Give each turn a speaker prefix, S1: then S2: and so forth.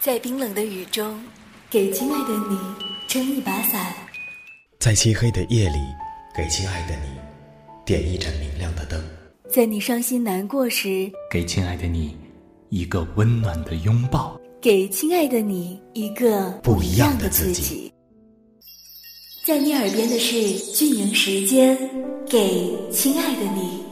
S1: 在冰冷的雨中，给亲爱的你撑一把伞。
S2: 在漆黑的夜里，给亲爱的你点一盏明亮的灯。
S1: 在你伤心难过时，
S3: 给亲爱的你一个温暖的拥抱，
S1: 给亲爱的你一个
S2: 不一样
S1: 的
S2: 的自己
S1: 己。在你耳边的是俊莹时间，给亲爱的你。